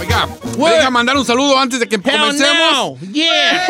Oiga, venga a mandar un saludo antes de que comencemos. no. Yeah.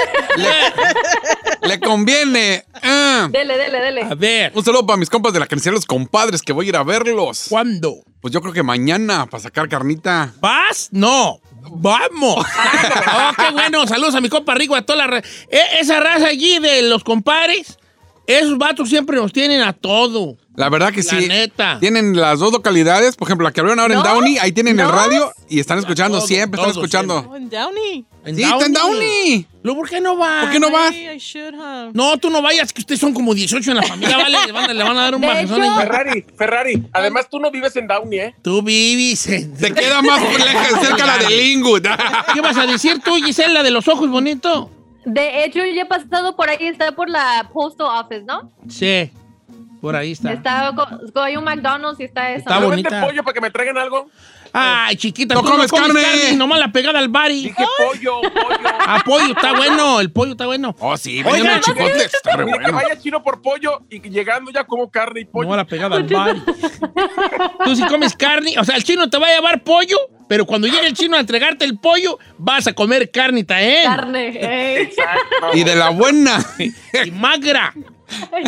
Le conviene. Ah. Dele, dele, dele. A ver, Un saludo para mis compas de la carnicería Los Compadres, que voy a ir a verlos. ¿cuándo? Pues yo creo que mañana, para sacar carnita. ¿Vas? No. ¡Vamos! ¡Oh, qué bueno! Saludos a mi compa Rico, a toda la... ra- E- esa raza allí de los compadres, esos vatos siempre nos tienen a todo. La verdad que La sí. neta. Tienen las dos localidades. Por ejemplo, la que abrieron ahora ¿Dos? en Downey, ahí tienen el ¿Dos? radio y están escuchando Todo, siempre, están todo, escuchando. siempre. en Downey. En Sí, está en Downey. Luego, ¿por qué no vas? ¿Por qué no vas? I should have. No, tú no vayas, que ustedes son como 18 en la familia, ¿vale? Le van, a- le van a dar un De bajezón. hecho- ahí. Ferrari, Ferrari. Además, tú no vives en Downey, ¿eh? Tú vives en- Te queda más leja- cerca la de Linwood. ¿Qué vas a decir tú, Gisela, de los ojos bonito? De hecho, yo ya he pasado por ahí, está por la Postal Office, ¿no? Sí, por ahí está. Está, co- hay un McDonald's y está eso. Está ¿no? ¿No bonito. venden bonita. pollo para que me traigan algo? Ay, chiquita, No tú comes carne. nomás la pegada al bari. Dije pollo, pollo. Ah, pollo, está bueno, el pollo está bueno. Oh, sí, Oigan, venden unos chicotes. Está re Mira que bueno. vaya chino por pollo y que llegando ya como carne y pollo. No, la pegada al bari. Tú si comes carne, o sea, el chino te va a llevar pollo, pero cuando llegue el chino a entregarte el pollo, vas a comer carne también. Carne. ey. Exacto. Y de la buena. Y magra,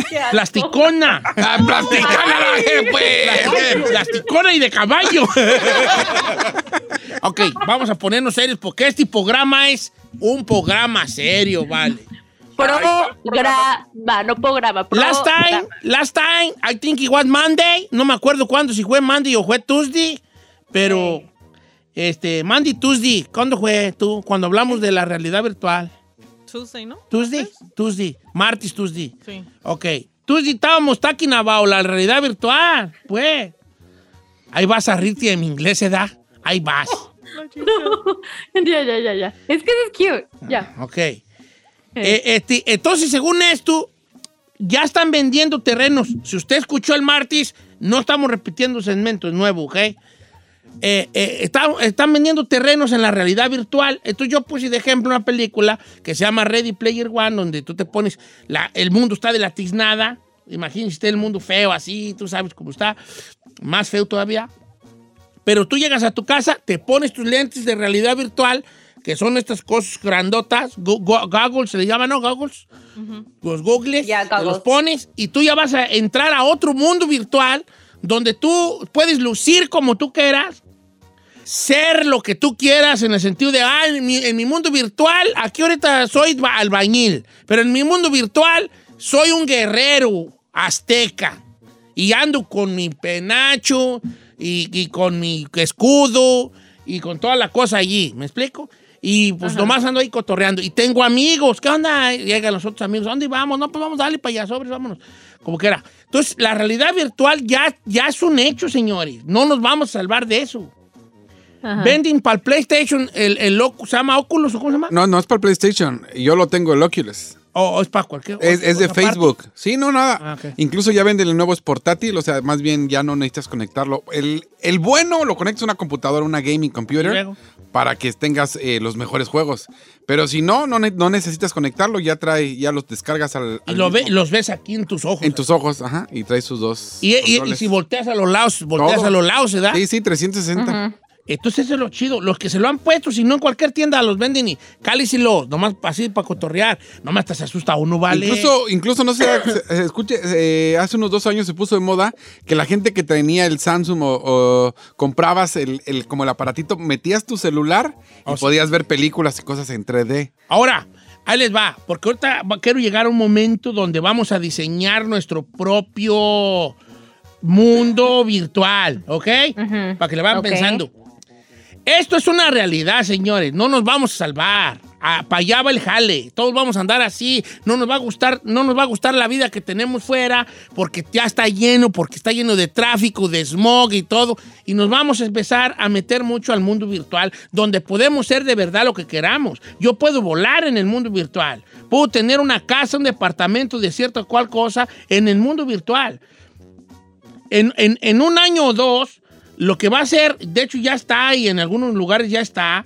Qué asco. plasticona. Ah, Platicala, pues. Plasticona y de caballo. ok, vamos a ponernos serios porque este programa es un programa serio, vale. Programa, no programa. pro- Last time, last time, I think it was Monday. No me acuerdo cuándo, si fue Monday o fue Tuesday. Pero, este, Monday, Tuesday. ¿Cuándo fue tú? Cuando hablamos de la realidad virtual. Tuesday, ¿no? Tuesday, Tuesday, martes, Tuesday. Sí. Ok. Tuesday estábamos talking about la realidad virtual. Pues, ahí vas a rirte en inglés, ¿edad? Ahí vas. Ya, ya, ya, ya. Es que es cute. Ah. Ya. Ok. Eh, este, entonces, según esto, ya están vendiendo terrenos. Si usted escuchó el martes, no estamos repitiendo segmentos nuevos, ¿ok? Eh, eh, está- están vendiendo terrenos en la realidad virtual. Entonces yo puse de ejemplo una película que se llama Ready Player One, donde tú te pones, la- el mundo está de la tiznada. Imagínese usted el mundo feo así, tú sabes cómo está, más feo todavía. Pero tú llegas a tu casa, te pones tus lentes de realidad virtual, que son estas cosas grandotas, go- go- goggles se le llaman, ¿no? Goggles. Los googles, Ya, te los goggles. pones y tú ya vas a entrar a otro mundo virtual donde tú puedes lucir como tú quieras, ser lo que tú quieras en el sentido de, ah, en mi, en mi mundo virtual, aquí ahorita soy ba- albañil, pero en mi mundo virtual soy un guerrero azteca y ando con mi penacho y, y con mi escudo y con toda la cosa allí, ¿me explico? Y pues nomás ando ahí cotorreando. Y tengo amigos, ¿qué onda? Llegan los otros amigos, ¿a dónde vamos? No, pues vamos, dale para allá, sobres, vámonos. Como quiera. Entonces, la realidad virtual ya, ya es un hecho, señores. No nos vamos a salvar de eso. Ajá. Vending para el PlayStation, el, el Ocu- ¿se llama Oculus o cómo se llama? No, no es para el PlayStation. Yo lo tengo el Oculus. O, o es para cualquier Es, otra es de cosa Facebook. Sí, no, nada. pues, Ah, ok. Incluso ya venden el nuevo es portátil. O sea, más bien ya no necesitas conectarlo. El, el bueno lo conectas a una computadora, una gaming aparte. Y computer. luego, para que tengas eh, los mejores juegos. Pero si no, no, ne- no necesitas conectarlo, ya trae, ya los descargas al, y al lo ve- mismo- los ves aquí en tus ojos. en tus ojos, ajá, y trae sus dos. y, y- y controles. si volteas a los lados, volteas Todo. a los lados, ¿verdad? Sí, sí, 360. Entonces eso es lo chido. Los que se lo han puesto, si no en cualquier tienda los venden y los nomás pa- así para cotorrear. Nomás hasta se asusta uno, ¿vale? Incluso, incluso no sé, se, se escuche, eh, hace unos dos años se puso de moda que la gente que tenía el Samsung o, o comprabas el, el- como el aparatito, metías tu celular y Oh, sí. podías ver películas y cosas en 3D. Ahora, ahí les va, porque ahorita va- quiero llegar a un momento donde vamos a diseñar nuestro propio mundo virtual, ¿ok? Ujú. Para que le vayan Ok. pensando. Esto es una realidad, señores. No nos vamos a salvar. Para allá va el jale. Todos vamos a andar así. No nos va a gustar, no nos va a gustar la vida que tenemos fuera, porque ya está lleno, porque está lleno de tráfico, de smog y todo. Y nos vamos a empezar a meter mucho al mundo virtual, donde podemos ser de verdad lo que queramos. Yo puedo volar en el mundo virtual. Puedo tener una casa, un departamento de cierta cual cosa en el mundo virtual en, en- en un año o dos, lo que va a ser, de hecho ya está y en algunos lugares ya está,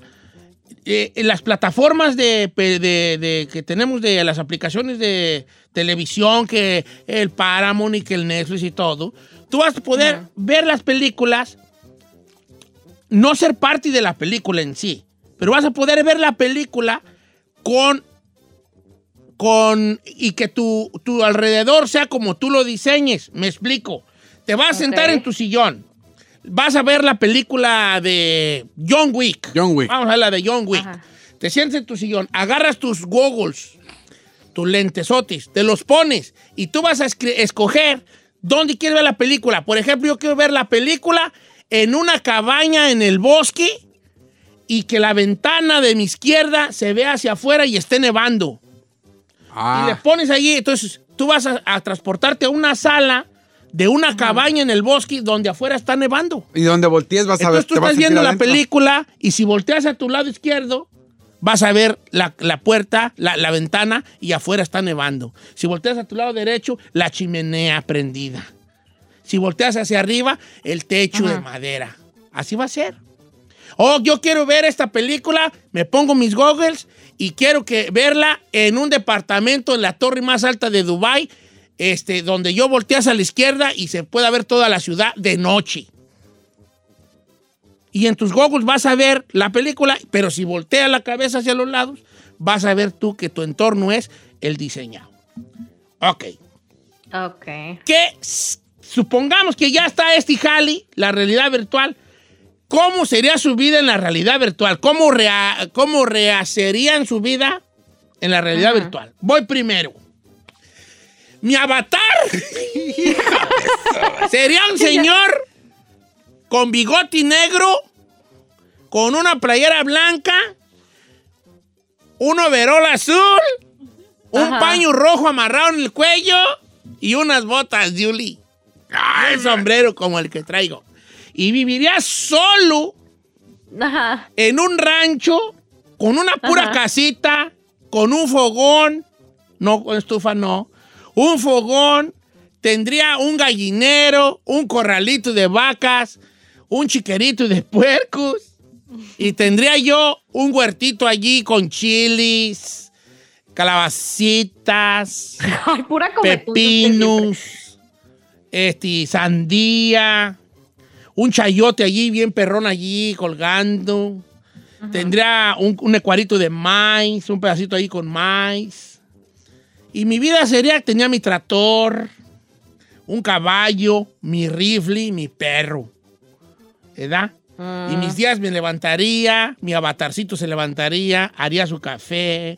eh, las plataformas de, pe- de- de- que tenemos de las aplicaciones de televisión, que el Paramount y que el Netflix y todo, tú vas a poder ver las películas, no ser parte de la película en sí, pero vas a poder ver la película con con y que tu, tu alrededor sea como tú lo diseñes. Me explico. Te vas a sentar en tu sillón. Vas a ver la película de John Wick. John Wick. Vamos a ver la de John Wick. Ajá. Te sientes en tu sillón, agarras tus goggles, tus lentesotis, te los pones y tú vas a escri- escoger dónde quieres ver la película. Por ejemplo, yo quiero ver la película en una cabaña en el bosque y que la ventana de mi izquierda se vea hacia afuera y esté nevando y le Ah, pones allí. Entonces, tú vas a, a transportarte a una sala de una cabaña en el bosque donde afuera está nevando. y donde voltees vas a ver. Entonces, tú te vas a estás sentir viendo la adentro. película y si volteas a tu lado izquierdo, vas a ver la, la puerta, la, la ventana y afuera está nevando. Si volteas a tu lado derecho, la chimenea prendida. Si volteas hacia arriba, el techo de madera. Así va a ser. Oh, yo quiero ver esta película, me pongo mis goggles y quiero que verla en un departamento en la torre más alta de Dubai, este, donde yo volteas a la izquierda y se pueda ver toda la ciudad de noche. Y en tus goggles vas a ver la película, pero si volteas la cabeza hacia los lados, vas a ver tú que tu entorno es el diseñado. Ok. Ok. Que s- supongamos que ya está este Jali, la realidad virtual. ¿Cómo sería su vida en la realidad virtual? ¿Cómo, rea- cómo rehacerían su vida en la realidad Ajá. virtual? Voy primero. Mi avatar sería un señor con bigote negro, con una playera blanca, un overol azul, un Ajá. paño rojo amarrado en el cuello y unas botas de Uli. Y un sombrero como el que traigo. Y viviría solo Ajá. en un rancho con una pura Ajá. casita, con un fogón, no con estufa, no, un fogón, tendría un gallinero, un corralito de vacas, un chiquerito de puercos y tendría yo un huertito allí con chilis, calabacitas, Ay, pura cometuda usted siempre. pepinos, este, sandía, un chayote allí, bien perrón allí, colgando. Tendría un, un ecuarito de maíz, un pedacito ahí con maíz. Y mi vida sería, tenía mi tractor, un caballo, mi rifle, mi perro. ¿Verdad? Y mis días me levantaría, mi avatarcito se levantaría, haría su café,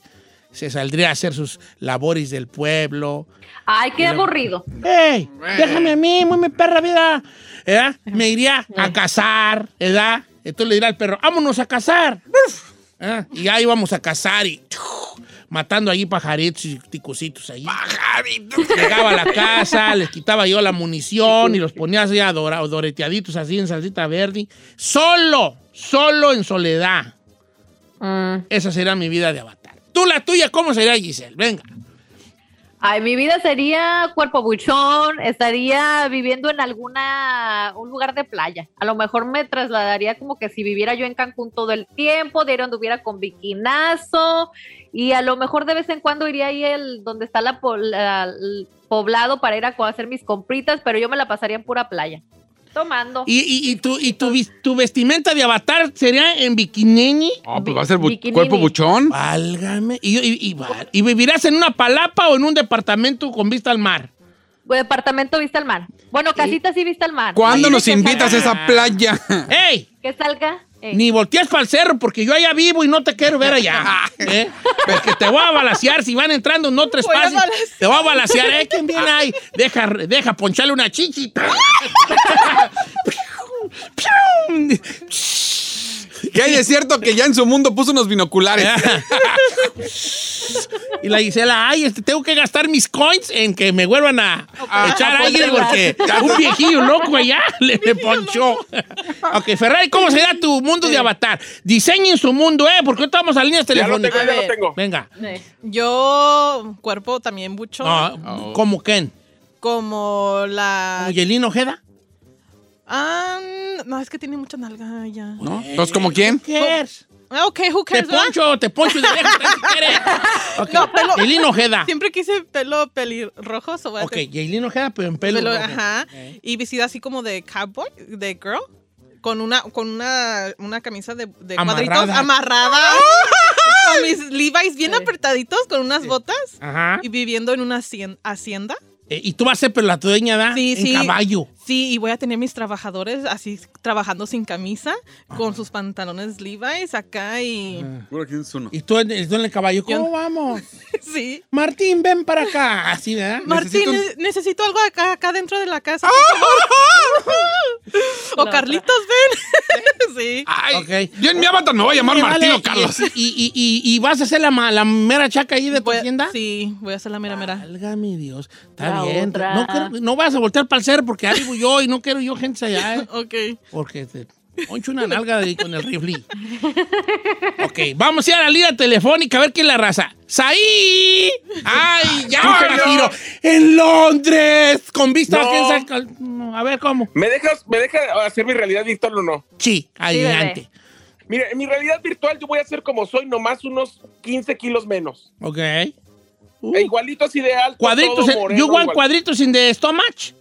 se saldría a hacer sus labores del pueblo, Ay, qué aburrido. ¡Ey! Déjame a mí, muy mi perra vida. ¿Verdad? Me iría a cazar, ¿verdad? Entonces le dirá al perro, vámonos a cazar. ¡Ruf! ¿Ah? Y ahí vamos a cazar y ¡tuf! matando allí pajaritos y ticositos allí. Llegaba a la casa, les quitaba yo la munición y los ponía así adora- doreteaditos así en salsita verde. Solo, solo en soledad. Mm. Esa será mi vida de avatar. Tú la tuya, ¿cómo sería Giselle? Venga. Ay, mi vida sería cuerpo buchón, estaría viviendo en alguna, un lugar de playa. A lo mejor me trasladaría como que si viviera yo en Cancún todo el tiempo, de ahí donde hubiera con biquinazo, y a lo mejor de vez en cuando iría ahí el, donde está la, po- la- el poblado para ir a co- hacer mis compritas, pero yo me la pasaría en pura playa, tomando. ¿Y, y, y tu, y tu, vis- tu vestimenta de avatar sería en bikini? Ah, pues va a ser bu- Bikinini. cuerpo buchón. Válgame. ¿Y, y, y va- y vivirás en una palapa o en un departamento con vista al mar? Departamento vista al mar. Bueno, casita sí vista al mar. ¿Cuándo Ahí nos que invitas a salga- esa playa? ¡Ey! Que salga. eh. Ni voltees para el cerro porque yo allá vivo y no te quiero ver allá. ¿eh? Porque te voy a balasear si van entrando no tres Voy a pasos. balacear. Te voy a balasear. ¿Eh? ¿Quién viene ahí? Deja, deja poncharle una chichi. Ya es cierto que ya en su mundo puso unos binoculares. Y la Gisela, ay, este, tengo que gastar mis coins en que me vuelvan a a echar a aire porque ponerlas. un viejillo loco allá le, le ponchó. ok, Ferrari, ¿cómo será tu mundo de avatar? Diseñen su mundo, ¿eh? Porque ahorita vamos a líneas Ya lo tengo, telefónicas. ya A lo ver. tengo. Venga. Eh. Yo, cuerpo también buchón. No, ¿Cómo quién? Como la. ¿Como Yelena Ojeda? Ah, no, es que tiene mucha nalga ya. ¿No? Entonces, ¿como quién? ¿Qué es? Ah, Ok, who Te cares, ¿verdad? poncho, te poncho de lejos, ¿qué quieres? Ok. No, pelo- Yailin Ojeda. Siempre quise pelo pelirrojo. so voy a Ok, hacer Yailin Ojeda, pero en pelo. pelo, rojo. ajá. Ok. Y vestida así como de cowboy, de girl. Con una, con una, una camisa de, de cuadritos Amarrada. Ah. amarrada. con mis Levi's bien apretaditos, con unas botas. Ajá. Y viviendo en una hacien- hacienda. Eh, y tú vas a ser pero la dueña da Sí, en sí. caballo. Sí, y voy a tener mis trabajadores así trabajando sin camisa, con sus pantalones Levi's acá y... Juro que es uno. Y tú en, tú en el caballo, ¿cómo Yo- vamos? Sí. Martín, ven para acá. Así, ¿verdad? Martín, Necesito un- ne- necesito algo acá, acá dentro de la casa. por favor. o La Carlitos, ven. sí. Ay, Ok. Yo en mi avatar me voy a llamar Oye, Martín vale, o Carlos. Y, y, y- y- y vas a hacer la, ma- la mera chaca ahí de tu Voy a- tienda. Sí, voy a hacer la mera mera. Valga mi Dios. Está La bien. otra. No, quiero- no vas a voltear para el cerro porque arribo yo y no quiero yo gente allá. ¿eh? Ok. Porque te poncho una nalga de- con el rifle. ok, vamos a ir a la línea telefónica a ver quién es la raza. ¡Saí! ¡Ay, ya! Sí, ahora señor. giro. ¡En Londres! Con vista No. a quién saca- no, A ver cómo. ¿Me dejas, ¿Me deja hacer mi realidad virtual o no? Sí, adelante. Mira, en mi realidad virtual yo voy a ser como soy, nomás unos 15 kilos menos. Ok. E igualito así de alto. Uh. Cuadritos. eh, todo en- moreno, you want igual. cuadritos in the stomach?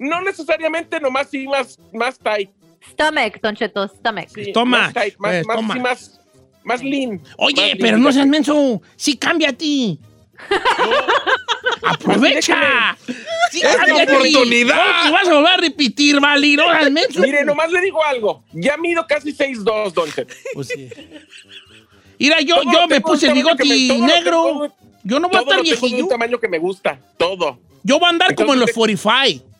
No necesariamente, nomás sí más, más tight. Stomach, Toncheto, stomach. Sí, Estómago, Más tight, más, pues, más, toma. sí, más, más lean. Más Oye, lean, pero no fíjate. seas menso. Sí, cámbiate. ¡Aprovecha! Pues Sí, Es mi cámbiate. oportunidad. No, Oh, te vas a volver a repetir, vale. No seas menso. Mire, nomás le digo algo. Ya mido casi 6'2, Don Cheto. Pues sí. Mira, yo, Todo yo lo me tengo puse de el un bigote tamaño que me- todo lo negro. tengo- yo no voy a Todo estar lo tengo de viejillo. un tamaño que me gusta. Todo. Yo voy a andar como en los Entonces- 45.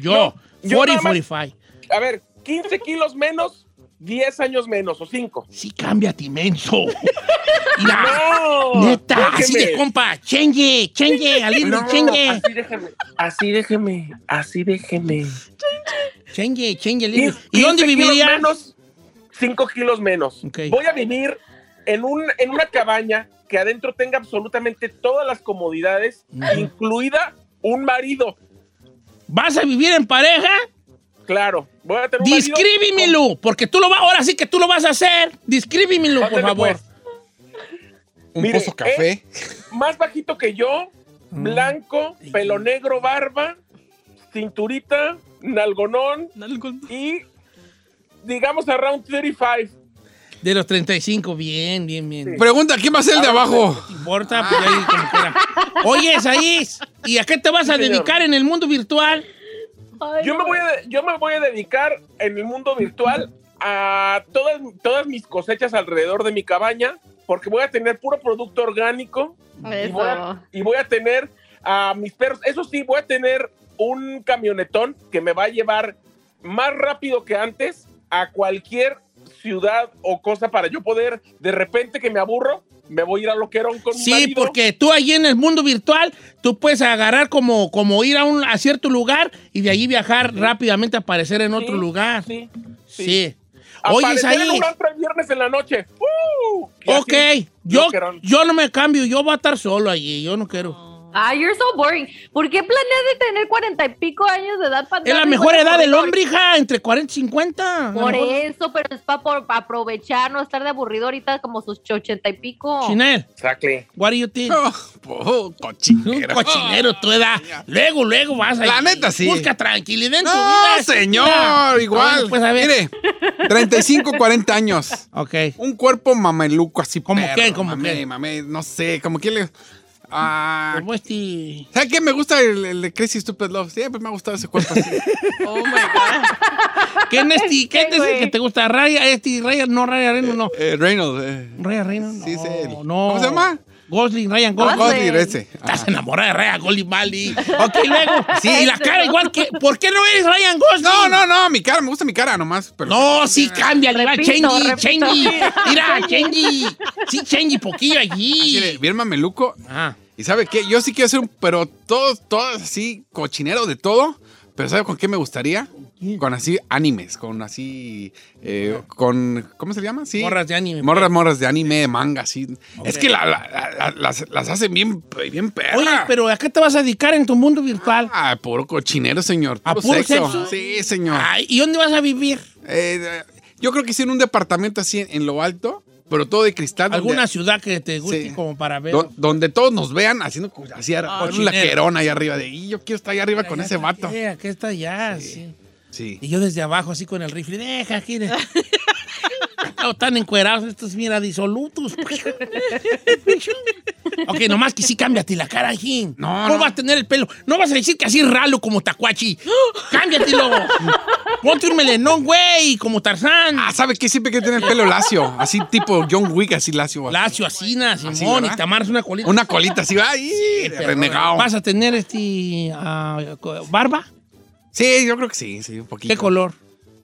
Yo, No, yo 40, nada más- 45. A ver, 15 kilos menos, 10 años menos o 5. Sí, cámbiate, menso. Mira, ¡No! neta, así Déjeme. de compa. Chengue, chengue, alirri, No, chengue. Así déjeme, así déjeme, así déjeme. Chengue, chengue, alirri. 15 ¿Y dónde kilos viviría? menos, 5 kilos menos. Ok. Voy a vivir en, un, en una cabaña que adentro tenga absolutamente todas las comodidades, Ujú. incluida un marido. ¿Vas a vivir en pareja? Claro, voy a tener un marido. Discríbimelo, porque tú lo vas, ahora sí que tú lo vas a hacer. Discríbimelo, por Ándale, favor. pues. Un Mire, pozo café. Más bajito que yo, blanco, pelo negro, barba, cinturita, nalgonón y digamos a round 35. De los 35, bien, bien, bien. Pregunta, ¿quién va a ser el de abajo? importa, pues ahí como quiera. Oye, Saís, ¿y a qué te vas a señor. dedicar en el mundo virtual? Ay, Yo no. me voy a, yo me voy a dedicar en el mundo virtual a todas, todas mis cosechas alrededor de mi cabaña, porque voy a tener puro producto orgánico y voy, a, Eso. y voy a tener a mis perros. Eso sí, voy a tener un camionetón que me va a llevar más rápido que antes a cualquier ciudad o cosa para yo poder, de repente que me aburro, me voy a ir a loquerón con mi Sí, marido. porque tú allí en el mundo virtual, tú puedes agarrar como, como ir a, un, a cierto lugar y de allí viajar rápidamente a aparecer en otro Sí, lugar. Sí. Sí, sí. Oye, Aparecer en Saís, un antro el viernes en la noche. ¡Uh! Y así, ok, yo, loquerón. yo no me cambio, yo voy a estar solo allí, yo no quiero. Ay, ah, you're so boring. ¿Por qué planeas de tener cuarenta y pico años de edad para Es la andar de mejor cuerpo edad del boring? hombre, hija, entre 40 y 50. a lo Por mejor. eso, pero es para aprovechar, no estar de aburrido ahorita como sus ochenta y pico. Chinel, Exactly. what do you think? Oh, oh, Un cochinero. cochinero tu edad. Luego, luego vas a. Ah, La neta, sí. Busca tranquilidad en tu vida. No, Mira. señor, igual. Bueno, pues a ver. Mire, 35, 40 años. Ok. Un cuerpo mameluco así. ¿Cómo perro, qué? ¿Cómo mamey, qué? mamey, no sé, como que le... Ah, Como este- ¿Sabes qué? Me gusta el, el de Crazy Stupid Love. Siempre me ha gustado ese cuerpo así. Oh, my God. ¿Quién es ti- quién es el güey. que te gusta? Raya, este, Raya, no, Raya Reynolds, no. Eh, Reynolds. eh, Raya Reynolds, no. Sí, es él. No. ¿Cómo se llama? Gosling, Ryan Gosling. Gosling. Gosling, ese. Estás Ah. enamorada de Ryan Gosling, Mali. Ok, luego. Sí, y la cara igual que. ¿Por qué no eres Ryan Gosling? No, no, no, mi cara, me gusta mi cara nomás. Pero No, sí, cámbiale, va, Repito, Chengi, repito. Chengi. Mira, Chengi. Sí, Chengi, poquillo Mire, allí. bien mameluco. Ah. ¿Y sabe qué? Yo sí quiero ser un, pero todo, todo así, cochinero de todo. Pero ¿sabe con qué me gustaría? quién? Con así animes, con así, eh, con, ¿cómo se le llama? Sí. Morras de anime. Morras, morras de anime, de manga, así. Es que la- la- la- la- las, las hacen bien, bien perra. Oye, pero ¿a qué te vas a dedicar en tu mundo virtual? Ah, puro cochinero, señor. ¿A Puro puro sexo. sexo? Sí, señor. Ay, ¿y dónde vas a vivir? Eh, eh, Yo creo que hicieron un departamento así en, en lo alto, pero todo de cristal. ¿Alguna donde, ciudad que te guste Sí. como para ver? do- donde todos nos vean haciendo como así, Ah, con un chinero. laquerón ahí arriba de, y yo quiero estar ahí arriba con Allá ese está, vato. eh, Aquí está ya, sí. Sí. Y yo desde abajo, así con el rifle, deja aquí. de- No, tan encuerados estos, mira, disolutos. ok, nomás que sí, cámbiate la cara, Jim. No, ¿Cómo no. vas a tener el pelo? No vas a decir que así ralo como Tacuachi. Cámbiatelo. Ponte un melenón, güey, como Tarzán. Ah, ¿sabe qué? Siempre que tiene el pelo lacio, así tipo John Wick, así lacio. así. Lacio, Asina, Así, Simón, ¿verdad? y Tamar es una colita. Una colita así, ay, Pero, renegado. Este, ¿Vas a tener este ah, barba? Sí, yo creo que sí, sí, un poquito. ¿Qué color?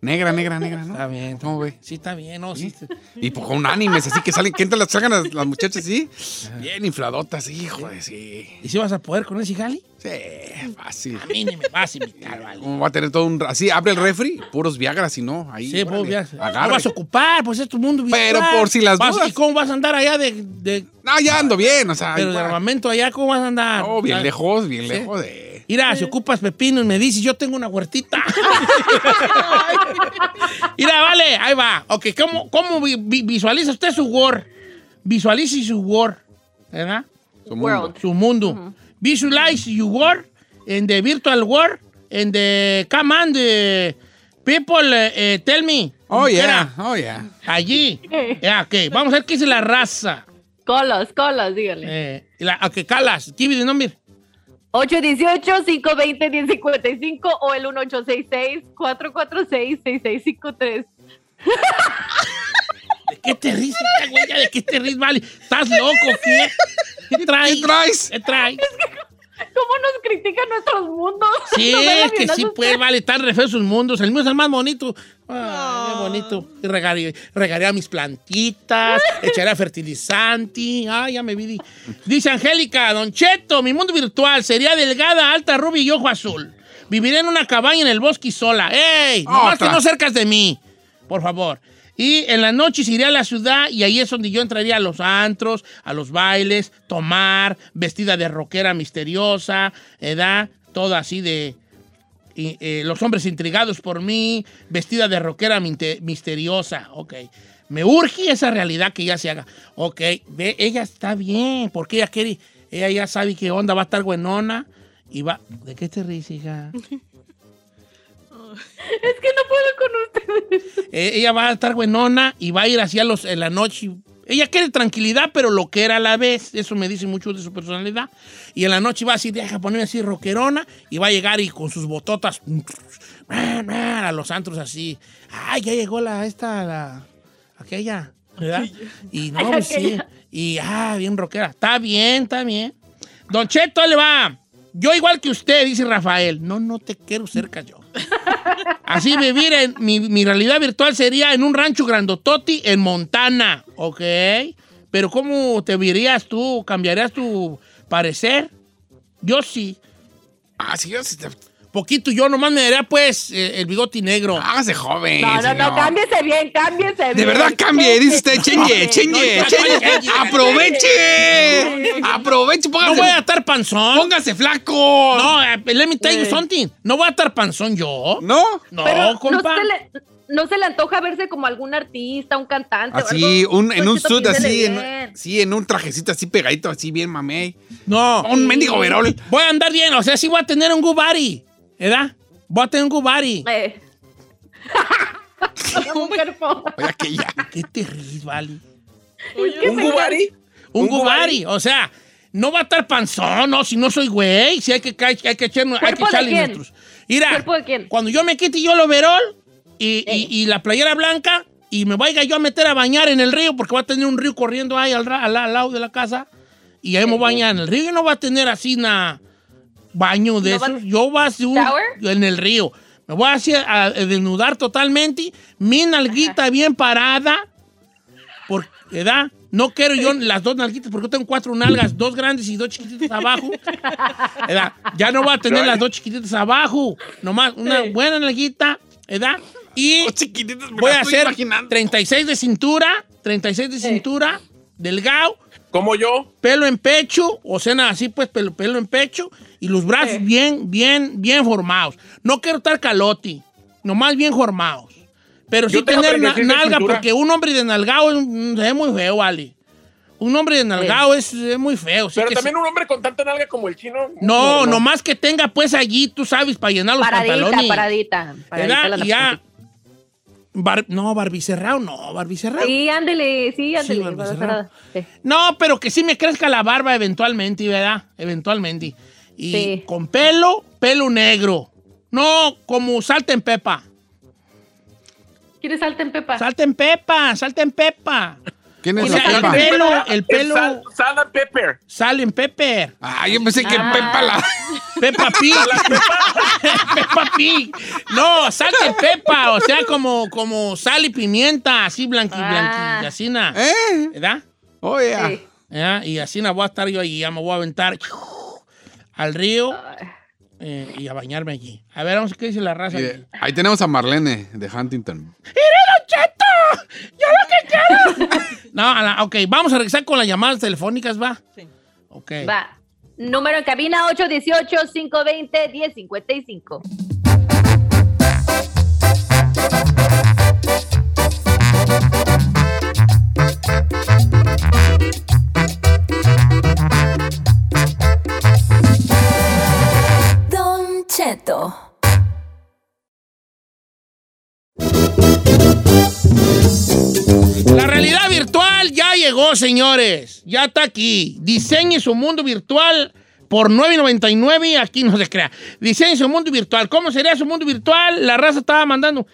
Negra, negra, negra, ¿no? Está bien. ¿Cómo ve? Sí, está bien, no, sí. Y pues con animes, así que salen, que entran las, salgan las, las muchachas así, bien infladotas, hijo de sí. ¿Y si vas a poder con ese jali? Sí, fácil. A mí ni me vas a invitar, Ah, vale. ¿Cómo va a tener todo un... Así, abre el refri, puros Viagra, si no, ahí. Sí, órale, pues, ya. Lo agarre. vas a ocupar, pues es tu mundo virtual. Pero por si las Vas- dudas. ¿Y cómo vas a andar allá de, de- No, ya ando bien, o sea. pero de igual. armamento allá? ¿Cómo vas a andar? No, bien Ah, lejos, bien Sí. lejos de... Mira, si ocupas pepinos, me dices, yo tengo una huertita. Mira, vale, ahí va. Ok, ¿cómo, cómo vi- vi- visualiza usted su war? Visualice su war, ¿verdad? su mundo. Su mundo. Visualize your war en the virtual war, en the come on, the people eh, eh, tell me. Oh, yeah, Era oh, yeah. Allí. Ya, ok, vamos a ver qué es la raza. Colos, colos, dígale. Eh, la, ok, Calas, give me the number. 818-520-1055 o el 1866-446-6653. ¿De qué te ríes, esta güey? ¿De qué te ríes, vale? ¿Estás loco o qué? ¿Qué traes? ¿Qué traes? ¿Qué traes? ¿Cómo nos critican nuestros mundos? Sí, Nos van es que sí, avionazos. pues, vale, están re feos sus mundos. El mío es el más bonito. Ay, qué bonito. Y regaré, regaré a mis plantitas, echaré a fertilizante. Ay, ya me vi. Dice Angélica, Don Cheto, mi mundo virtual sería delgada, alta, rubia y ojo azul. Viviré en una cabaña en el bosque y sola. ¡Ey! Nomás que Otra. no cercas de mí, por favor. Y en las noches iré a la ciudad y ahí es donde yo entraría a los antros, a los bailes, tomar, vestida de rockera misteriosa, edad, todo así de, y, eh, los hombres intrigados por mí, vestida de rockera minte- misteriosa. Ok. Me urge esa realidad que ya se haga. Ok, ve, ella está bien, porque ella quiere, ella ya sabe qué onda, va a estar buenona y va. ¿De qué te ríes, hija? Es que no puedo con ustedes. Eh, ella va a estar buenona y va a ir hacia los, en la noche. Ella quiere tranquilidad, pero lo que era a la vez. Eso me dice mucho de su personalidad. Y en la noche va así, deja ponerme así roquerona y va a llegar y con sus bototas a los antros así. Ay, ya llegó la esta, la aquella, ¿verdad? Y no, pues sí. Y ah, bien rockera. Está bien, está bien. Don Cheto ahí le va. Yo igual que usted, dice Rafael. No, no te quiero cerca yo. Así vivir en mi, mi realidad virtual sería en un rancho grandototi en Montana, ¿ok? Pero ¿cómo te virías tú? ¿Cambiarías tu parecer? Yo sí. Ah, sí, yo sí te... Poquito, yo nomás me daría pues eh, el bigote negro. Hágase joven, No, no, señor. no, cámbiese bien, cámbiese bien. De verdad cambie, dice usted, chenye, Cámbiese. chenye, no, chenye. no, no, Aproveche, aproveche, No voy a póngase, estar panzón. póngase flaco. No, eh, let me tell you something. No voy a estar panzón yo. ¿No? No, Pero compa. No se, le, no se le antoja verse como algún artista, un cantante. o Así, algo? Pues un, en un Ponchito, sud así, piénsele en, bien. sí, en un trajecito así pegadito, así bien mamey. No. Un mendigo verol. Voy a andar bien, o sea, sí voy a tener un gubari, ¿verdad? Voy a tener un gubari. Eh. Oh Un cuerpo. Oye, que ya. ¿Qué te ríes, Vali? ¿Un Gubari? Un, Un gubari, o sea, no va a estar panzón, no, si no soy güey, si hay que, ca- hay que, echar- hay que ¿Cuerpo de echarle quién? nuestros. Mira, ¿Cuerpo de quién? cuando yo me quite yo el overol y, y- y la playera blanca y me vaya yo a meter a bañar en el río, porque va a tener un río corriendo ahí al, ra- al- al lado de la casa, y ahí me voy a bañar en el río y no va a tener así na baño de No va- esos. Yo voy a hacer un ¿Shower? en el río. Me voy a, hacer, a, a desnudar totalmente, mi nalguita bien parada, por edad. No quiero yo las dos nalguitas porque yo tengo cuatro nalgas, dos grandes y dos chiquititas abajo. Edad, ya no voy a tener las dos chiquititas abajo, nomás una buena nalguita, edad. Y Oh, chiquititas, me voy la a estoy hacer imaginando. 36 de cintura, 36 de cintura, delgado, Como yo. pelo en pecho, o sea, nada, así pues, pelo, pelo en pecho, y los brazos bien, bien, bien formados. No quiero estar caloti, nomás bien formados. Pero Yo sí tengo tener na- 36 de nalga, cintura. porque un hombre de nalgao es, un- se ve muy feo, Ali. Un hombre de nalgao es, es muy feo. sí Pero que también sí. un hombre con tanta nalga como el chino. No, nomás que tenga pues allí, tú sabes, para llenar los Paradita, pantalones. paradita. paradita ¿Verdad? la Y ya. pancita. Bar- no, Barbicerrao, no, Barbicerrao. Sí, ándele, sí, ándele. Barbie para Serrano. hacer- sí. No, pero que sí me crezca la barba eventualmente, ¿verdad? Eventualmente. Y Sí. con pelo, pelo negro. No, como salta en pepa. ¿Quieres salten, Pepa? Salta en pepa, salta en pepa. ¿Quién O es sea, la el pepa? pelo, el pelo. Sal, sal and pepper. Sale en Pepper. Ah, yo pensé que el Ah. pepa la... Peppa Pig. Peppa Pig. No, salte en Peppa. O sea, como, como sal y pimienta, así blanqui, Ah. blanqui, así na. ¿Eh? ¿Verdad? Oh, yeah. Sí. ¿Verdad? Y así na voy a estar yo allí. Ya me voy a aventar al río eh, y a bañarme allí. A ver, vamos, ¿qué dice la raza? Mire, aquí? ahí tenemos a Marlene de Huntington. ¡Cheto! ¡Yo lo que quiero! no, a la- ok, vamos a regresar con las llamadas telefónicas, ¿va? Sí. Ok. Va. Número en cabina 818-520-1055. Don Cheto. La realidad virtual ya llegó, señores. Ya está aquí. Diseñe su mundo virtual por 9.99. Aquí no se crea. Diseñe su mundo virtual. ¿Cómo sería su mundo virtual? La raza estaba mandando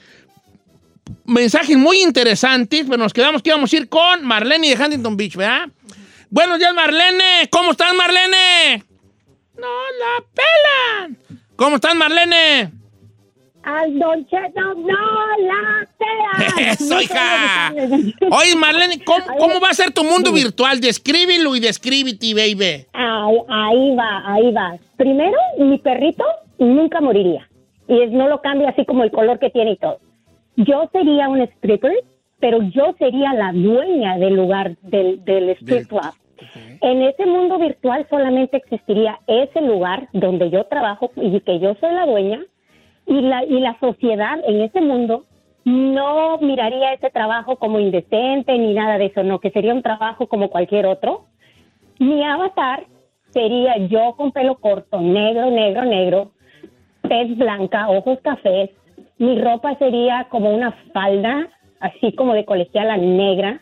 mensajes muy interesantes, pero nos quedamos que íbamos a ir con Marlene de Huntington Beach, ¿verdad? Buenos días, Marlene. ¿Cómo estás, Marlene? No la pelan. ¿Cómo estás, Marlene? Al Don Cheto no la sea. ¡Eso, hija! Oye, Marlene, ¿cómo, cómo va a ser tu mundo virtual? Descríbelo y descríbete, baby. Ay, ahí va, ahí va. Primero, mi perrito nunca moriría. Y es- no lo cambia así como el color que tiene y todo. Yo sería un stripper, pero yo sería la dueña del lugar del, del strip club. En ese mundo virtual solamente existiría ese lugar donde yo trabajo y que yo soy la dueña y la, y la sociedad en ese mundo no miraría ese trabajo como indecente ni nada de eso, no, que sería un trabajo como cualquier otro. Mi avatar sería yo con pelo corto, negro, negro, negro, tez blanca, ojos cafés. Mi ropa sería como una falda, así como de colegiala negra,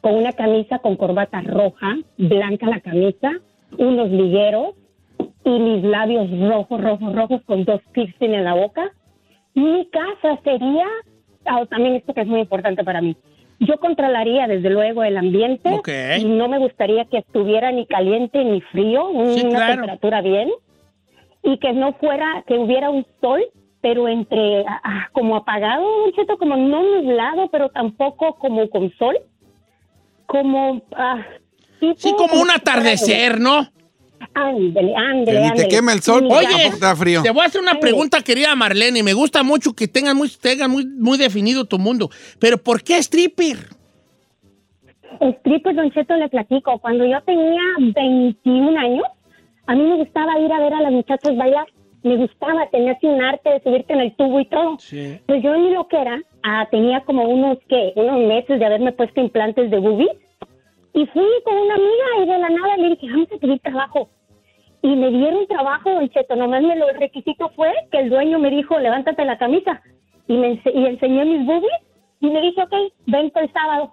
con una camisa con corbata roja, blanca la camisa, unos ligueros y mis labios rojos, rojos, rojos con dos piercing en la boca. Mi casa sería, ah, también esto que es muy importante para mí, yo controlaría desde luego el ambiente Ok. y no me gustaría que estuviera ni caliente ni frío, un- Sí, una claro. temperatura bien y que no fuera, que hubiera un sol, pero entre ah, ah, como apagado, un cheto como no nublado, pero tampoco como con sol, como ah, tipo- Sí, como un atardecer, ¿no? Ándele, ándele, Que ni te ándele. quema el sol, Mira, porque Oye, tampoco está frío. Te voy a hacer una Dale. pregunta, querida Marlene. Me gusta mucho que tengas muy, tengas muy, muy definido tu mundo. Pero ¿por qué stripper? stripper, Don Cheto, le platico. Cuando yo tenía 21 años, a mí me gustaba ir a ver a las muchachas bailar. Me gustaba, tenía así un arte de subirte en el tubo y todo. Sí. Pues yo en mi loquera ah, tenía como unos, ¿qué? Unos meses de haberme puesto implantes de boobies. Y fui con una amiga y de la nada le dije, vamos a pedir trabajo. Y me dieron trabajo, Don Cheto. Nomás me lo, el requisito fue que el dueño me dijo, levántate la camisa. Y me ense- y enseñé mis boobies. Y le dije, ok, ven para el sábado.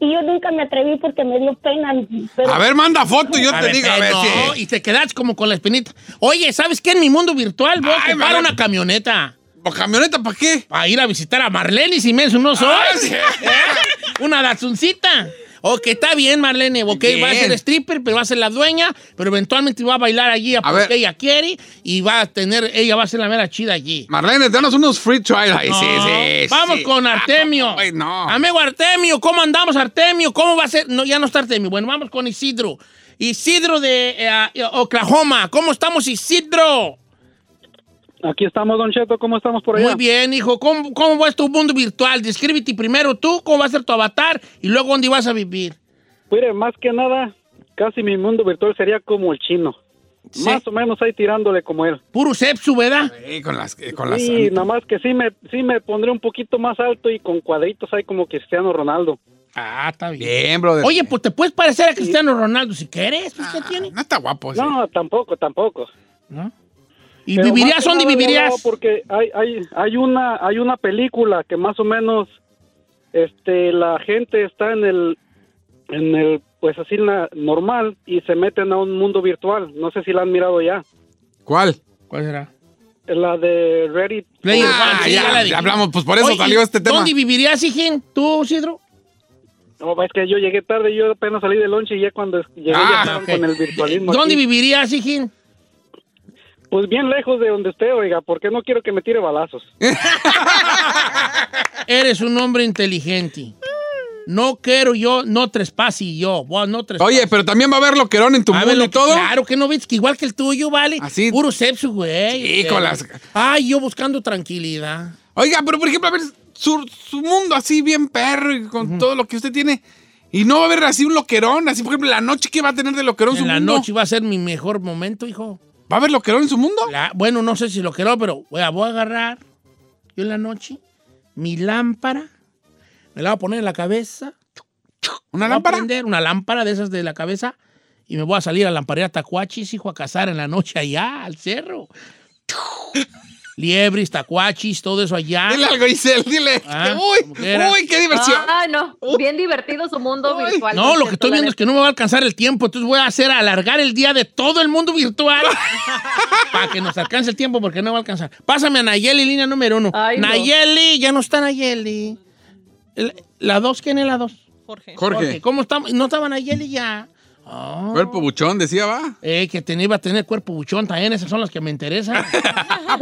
Y yo nunca me atreví porque me dio pena. pero- A ver, manda foto y yo A te ver, digo, a ver pero no, si... Y te quedas como con la espinita. Oye, ¿sabes qué? En mi mundo virtual voy a Ay, ocupar Marlene. una camioneta. ¿O ¿Camioneta para qué? Para ir a visitar a Marlene, si menso no soy. Ah, sí. ¿Eh? Una datsuncita. Ok, está bien, Marlene. Ok, va a Bien. ser stripper, pero va a ser la dueña, pero eventualmente va a bailar allí a porque ver. ella quiere y va a tener, ella va a ser la mera chida allí. Marlene, danos unos free trial. Ay, sí, No. sí, Vamos sí. con Ah, Artemio. Ay, no. Amigo Artemio, ¿cómo andamos, Artemio? ¿Cómo va a ser? No, ya no está Artemio. Bueno, vamos con Isidro. Isidro de eh, Oklahoma. ¿Cómo estamos, Isidro? Aquí estamos, Don Cheto. ¿Cómo estamos por allá? Muy bien, hijo. ¿Cómo, ¿Cómo va tu mundo virtual? Descríbete primero tú, cómo va a ser tu avatar y luego dónde vas a vivir. Mire, más que nada, casi mi mundo virtual sería como el chino. Sí. Más o menos ahí tirándole como él. Puro sepsu, ¿verdad? Eh, con las, eh, con las Sí, nada más que sí me, sí me pondré un poquito más alto y con cuadritos ahí como Cristiano Ronaldo. Ah, está bien. Bien, brother. Ah, Oye, pues te puedes parecer a Cristiano Ronaldo si quieres. pues, ¿Qué tiene? no está guapo. ese. No, tampoco, tampoco. ¿No? ¿Y Pero vivirías más que dónde nada, vivirías? no, porque hay, hay, hay, una, hay una película que más o menos este, la gente está en el, en el pues así na- normal y se meten a un mundo virtual. No sé si la han mirado ya. ¿Cuál? ¿Cuál será? La de Ready. Player Ah, One, sí, ya, la ya dijimos. hablamos, pues por eso Oye, salió este tema. ¿Dónde vivirías, hijín? ¿Tú, Sidro? No, es que yo llegué tarde, yo apenas salí de lonche y ya cuando llegué ya Ah, estaban ok. con el virtualismo. ¿Dónde aquí. vivirías, hijín? Pues bien lejos de donde esté, oiga, porque no quiero que me tire balazos. Eres un hombre inteligente. No quiero yo, no trespasi yo. Bueno, no trespases. Oye, pero también va a haber loquerón en tu A ver, mundo lo y que- todo. Claro que no ves que igual que el tuyo, vale. Así. Puro sepsu, güey. Sí, con las- Ay, yo buscando tranquilidad. Oiga, pero por ejemplo, a ver, su, su mundo así bien perro y con todo lo que usted tiene. Y no va a haber así un loquerón, así por ejemplo, la noche que va a tener de loquerón su En la mundo. noche va a ser mi mejor momento, hijo. ¿Va a haber loquerón en su mundo? La- bueno, no sé si lo quiero, pero voy a, voy a agarrar yo en la noche mi lámpara, me la voy a poner en la cabeza. ¿Una voy a lámpara? prender una lámpara de esas de la cabeza y me voy a salir a lamparear a Tacuachis, hijo, a cazar en la noche allá, al cerro. Liebres, Tacuachis, todo eso allá. Dile algo, Isel, dile. Ah, uy, como Ah, quiera. uy, qué diversión. Ay, Ah, no. Bien divertido su mundo Uh. Uy. virtual. No, lo que estoy viendo es que no me va a alcanzar el tiempo, entonces voy a hacer alargar el día de todo el mundo virtual para que nos alcance el tiempo porque no va a alcanzar. Pásame a Nayeli, línea número uno. Ay, no. Nayeli, ya no está Nayeli. El- La dos, ¿quién es la dos? Jorge. Jorge, ¿Cómo estamos? No estaba Nayeli ya. Ah. cuerpo buchón, decía, va. Eh, que tenía, iba a tener cuerpo buchón también, esas son las que me interesan.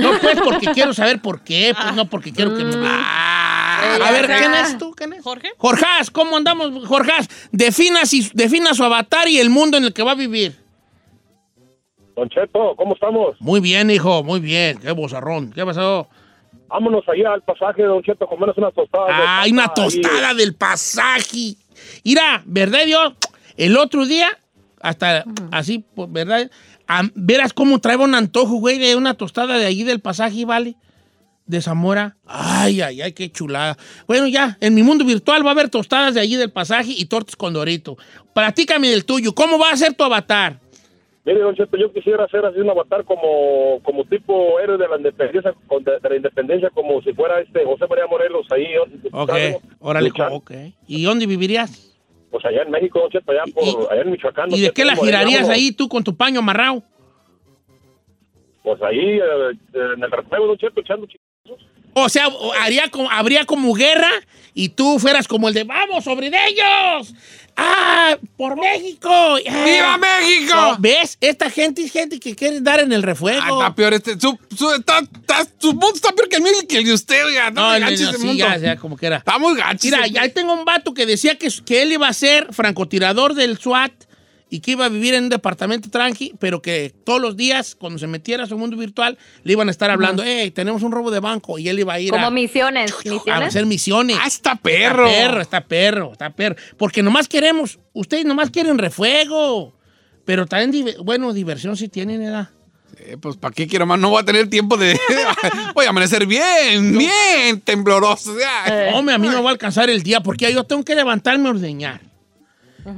no pues porque quiero saber por qué, pues no porque quiero que me... Mm. Ah. a ver, ya. ¿quién es tú? ¿Quién es? Jorge. Jorjás, ¿cómo andamos, Jorjás? Defina, si- defina su avatar y el mundo en el que va a vivir. Don Cheto, ¿cómo estamos? Muy bien, hijo, muy bien. Qué bozarrón. ¿Qué pasó? Vámonos allá al pasaje, Don Cheto, comernos una tostada. Hay una tostada del pasaje. Mira, ¿verdad, Dios? El otro día, hasta así, pues, ¿verdad? Am- verás cómo traeba un antojo, güey, de una tostada de allí del pasaje, ¿vale? De Zamora. Ay, ay, ay, qué chulada. Bueno, ya, en mi mundo virtual va a haber tostadas de allí del pasaje y tortas con dorito. Platícame del tuyo. ¿Cómo va a ser tu avatar? Mire, Don Cheto, yo quisiera hacer así un avatar como, como tipo héroe de la independencia, con- de, de la independencia, como si fuera este José María Morelos ahí. Ok, ¿sabe? órale, Luchando. ok. ¿Y dónde vivirías? Pues allá en México, Don Cheto, allá, por, ¿Y- allá en Michoacán. ¿Y Don de Cheto, qué la como girarías digamos, ahí tú con tu paño amarrado? Pues ahí, eh, en el replego, Don Cheto, echando chi- O sea, o- haría como, habría como guerra y tú fueras como el de ¡Vamos, sobre de ellos! ¡Ah! ¡Por México! ¡Ah! ¡Viva México! No, ¿Ves? Esta gente es gente que quiere dar en el Ah, refuego. está peor este. Su, su- está- está- su mundo está peor que el mío y que el de usted, oiga. No, no, me no, ganches no, ese sí, mundo. ya, ya, como que era. Estamos gachis. Mira, ese- ahí tengo un vato que decía que, que él iba a ser francotirador del SWAT y que iba a vivir en un departamento tranqui, pero que todos los días, cuando se metiera a su mundo virtual, le iban a estar hablando, hey, tenemos un robo de banco, y él iba a ir Como a, misiones, a misiones. hacer misiones. Ah, está perro. Está perro, está perro, está perro. Porque nomás queremos, ustedes nomás quieren refuego. Pero también, dive- bueno, diversión sí tienen, edad. Eh, pues, ¿para qué quiero más? No voy a tener tiempo de. voy a amanecer bien, bien tembloroso. o sea. Hombre, a mí no me va a alcanzar el día porque yo tengo que levantarme a ordeñar.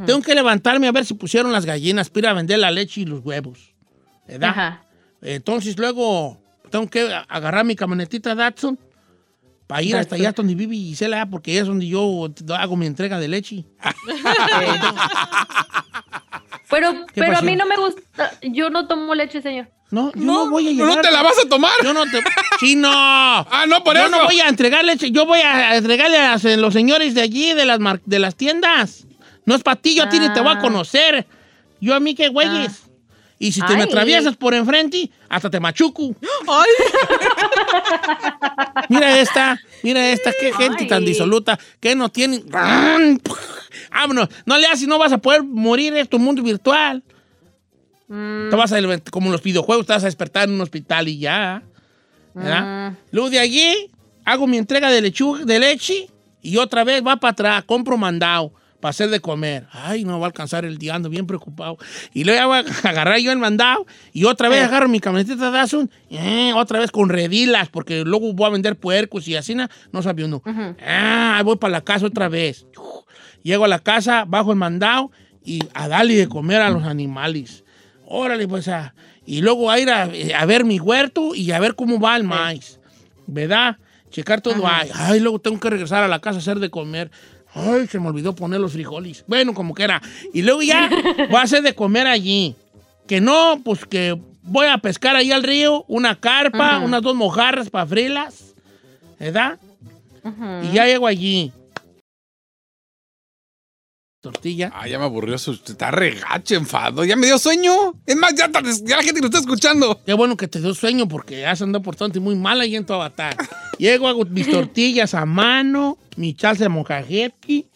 Tengo que levantarme a ver si pusieron las gallinas para ir a vender la leche y los huevos. ¿Verdad? Ajá. Entonces luego tengo que a- agarrar mi camionetita Datsun para ir hasta allá donde vive Gisela, ah, porque es donde yo hago mi entrega de leche. Pero, ¿Qué pero a pasó? mí no me gusta. Yo no tomo leche, señor. No, yo no, voy a llegar. ¿No te la vas a tomar? Yo no te. ¡Chino! Ah, no, por yo eso. no voy a entregarle. leche, Yo voy a entregarle a las- los señores de allí, de las, mar- de las tiendas. No es para ti, yo a ti ni te voy a Ah. conocer. Yo a mí qué güeyes. Ah. Y si te me Ay. atraviesas por enfrente, hasta te machuco. Ay, Mira esta, mira esta, qué gente Ay. tan disoluta, que no tienen. Vámonos, no le haces, no vas a poder morir en tu mundo virtual. Mm. Te vas a levant- como en los videojuegos, te vas a despertar en un hospital y ya. ¿Verdad? Luego de allí, hago mi entrega de lechuga, de leche y otra vez va para atrás, compro mandado. para hacer de comer. Ay, no va a alcanzar el día, ando bien preocupado. Y luego ya voy a agarrar yo el mandado y otra vez agarro mi camionetita Datsun, eh, otra vez con redilas, porque luego voy a vender puercos y así, na- no sabía uno. Ah, ahí voy para la casa otra vez. Llego a la casa, bajo el mandado y a darle de comer a los animales. Órale, pues, a- y luego a ir a, eh, a ver mi huerto y a ver cómo va el maíz. ¿Verdad? Checar todo. Ay, ay, luego tengo que regresar a la casa a hacer de comer. Ay, se me olvidó poner los frijoles. Bueno, como que era. Y luego ya voy a hacer de comer allí. Que no, pues que voy a pescar ahí al río una carpa, unas dos mojarras para frilas. ¿Verdad? Y ya llego allí. Tortilla. Ah, ya me aburrió su. Está regacho, enfado. Ya me dio sueño. Es más, ya, ya la gente lo está escuchando. Qué bueno que te dio sueño porque has andado por tanto y muy mal ahí en tu avatar. Llego, hago mis tortillas a mano, mi chance de mocajequi,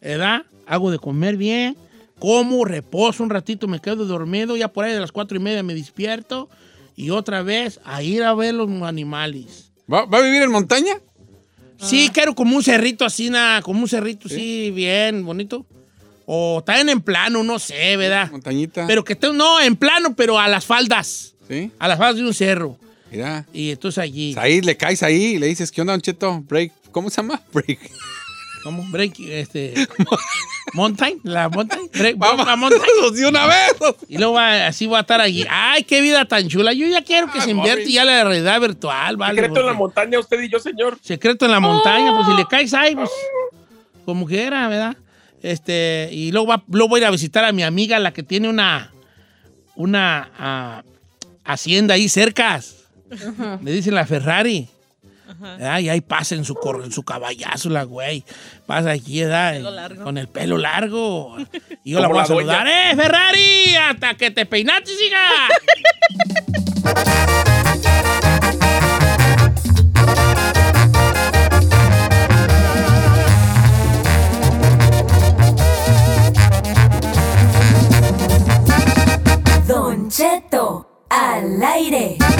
¿verdad? Hago de comer bien, como, reposo un ratito, me quedo dormido, ya por ahí de las cuatro y media me despierto y otra vez a ir a ver los animales. ¿Va, va a vivir en montaña? Sí, quiero como un cerrito así, na, como un cerrito así, bien bonito. O también en plano, no sé, ¿verdad? Montañita. Pero que esté, no, en plano, pero a las faldas, Sí, a las faldas de un cerro. mira. Y entonces allí. Ahí le caes ahí y le dices, ¿qué onda, Don Cheto? Break. ¿Cómo se llama? Break. ¿Cómo? Break, este. mountain, la mountain. Break, Vamos la a mountain. montarnos de una vez. Y luego va- así va a estar allí. ¡Ay, qué vida tan chula! Yo ya quiero que Ay, se invierte Bobby. ya la realidad virtual, ¿vale? Secreto en la porque- montaña, usted y yo, señor. Secreto en la montaña, pues si Oh. le caes ahí, pues. Como que era, ¿verdad? Este, y luego, va- luego voy a ir a visitar a mi amiga, la que tiene una. Una ah, hacienda ahí cerca. Le dicen la Ferrari. Ay, ahí pasa en su, cor- en su caballazo la güey. Pasa aquí, ¿verdad? pelo largo. Con el pelo largo. Y yo la Como voy a la dueña. saludar. ¡Eh, Ferrari! ¡Hasta que te peinaste, hija! Don Cheto, al aire.